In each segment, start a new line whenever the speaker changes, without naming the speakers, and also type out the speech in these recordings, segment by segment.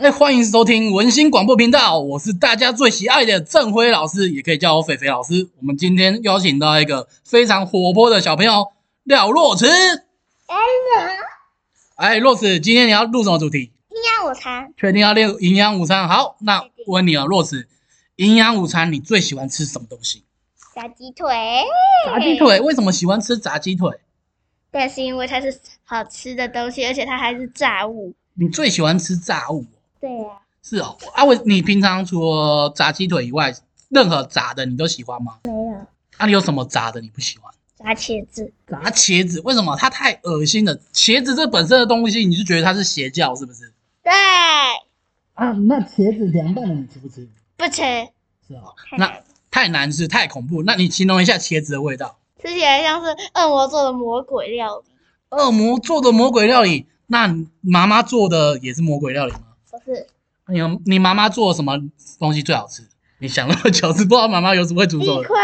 哎，欢迎收听文心广播频道，我是大家最喜爱的郑辉老师，也可以叫我肥肥老师。我们今天邀请到一个非常活泼的小朋友廖若慈。哎，若慈，今天你要录什么主题？
营养午餐
确定要练营养午餐？好，那
确定
问你哦，若慈，营养午餐你最喜欢吃什么东西？
炸鸡腿，
炸鸡腿。为什么喜欢吃炸鸡腿？
但是因为它是好吃的东西，而且它还是炸物。
你最喜欢吃炸物哦？
对呀、
是哦，啊，我你平常除了炸鸡腿以外，任何炸的你都喜欢吗？
没有
啊，你有什么炸的你不喜欢？
炸茄子，
炸茄子，为什么？它太恶心了。茄子这本身的东西，你就觉得它是邪教，是不是？
对，
啊，那茄子凉拌的你吃不吃？
不吃。
是哦，
太难
那太难吃，太恐怖。那你形容一下茄子的味道。
吃起来像是恶魔做的魔鬼料理，
恶魔做的魔鬼料理，那你妈妈做的也是魔鬼料理吗？
不是
你你妈妈做什么东西最好吃？你 想那么久，是不知道妈妈有什么会煮什
鸡
么？
块，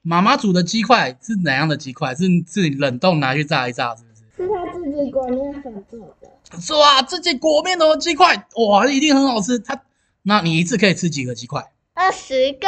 妈妈煮的鸡块是哪样的鸡块？是自己冷冻拿去炸一炸，是不是？
是他自己国面粉做的，
是哇，这些裹面的鸡块，哇，一定很好吃。它，那你一次可以吃几个鸡块？
二十个，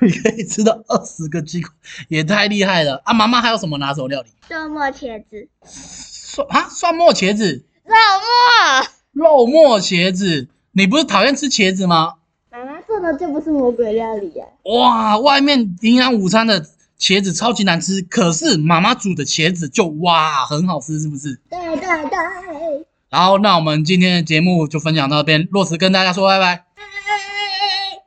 你可以吃到二十个鸡块，也太厉害了啊！妈妈还有什么拿手料理？
肉末茄子，
蒜啊，蒜末茄子，
肉末。
肉末茄子。你不是讨厌吃茄子吗？
妈妈啊做的就不是魔鬼料理啊呀、
哇，外面营养午餐的茄子超级难吃，可是妈妈煮的茄子就哇很好吃，是不是？
对对对。
然后，那我们今天的节目就分享到这边，洛慈跟大家说拜拜。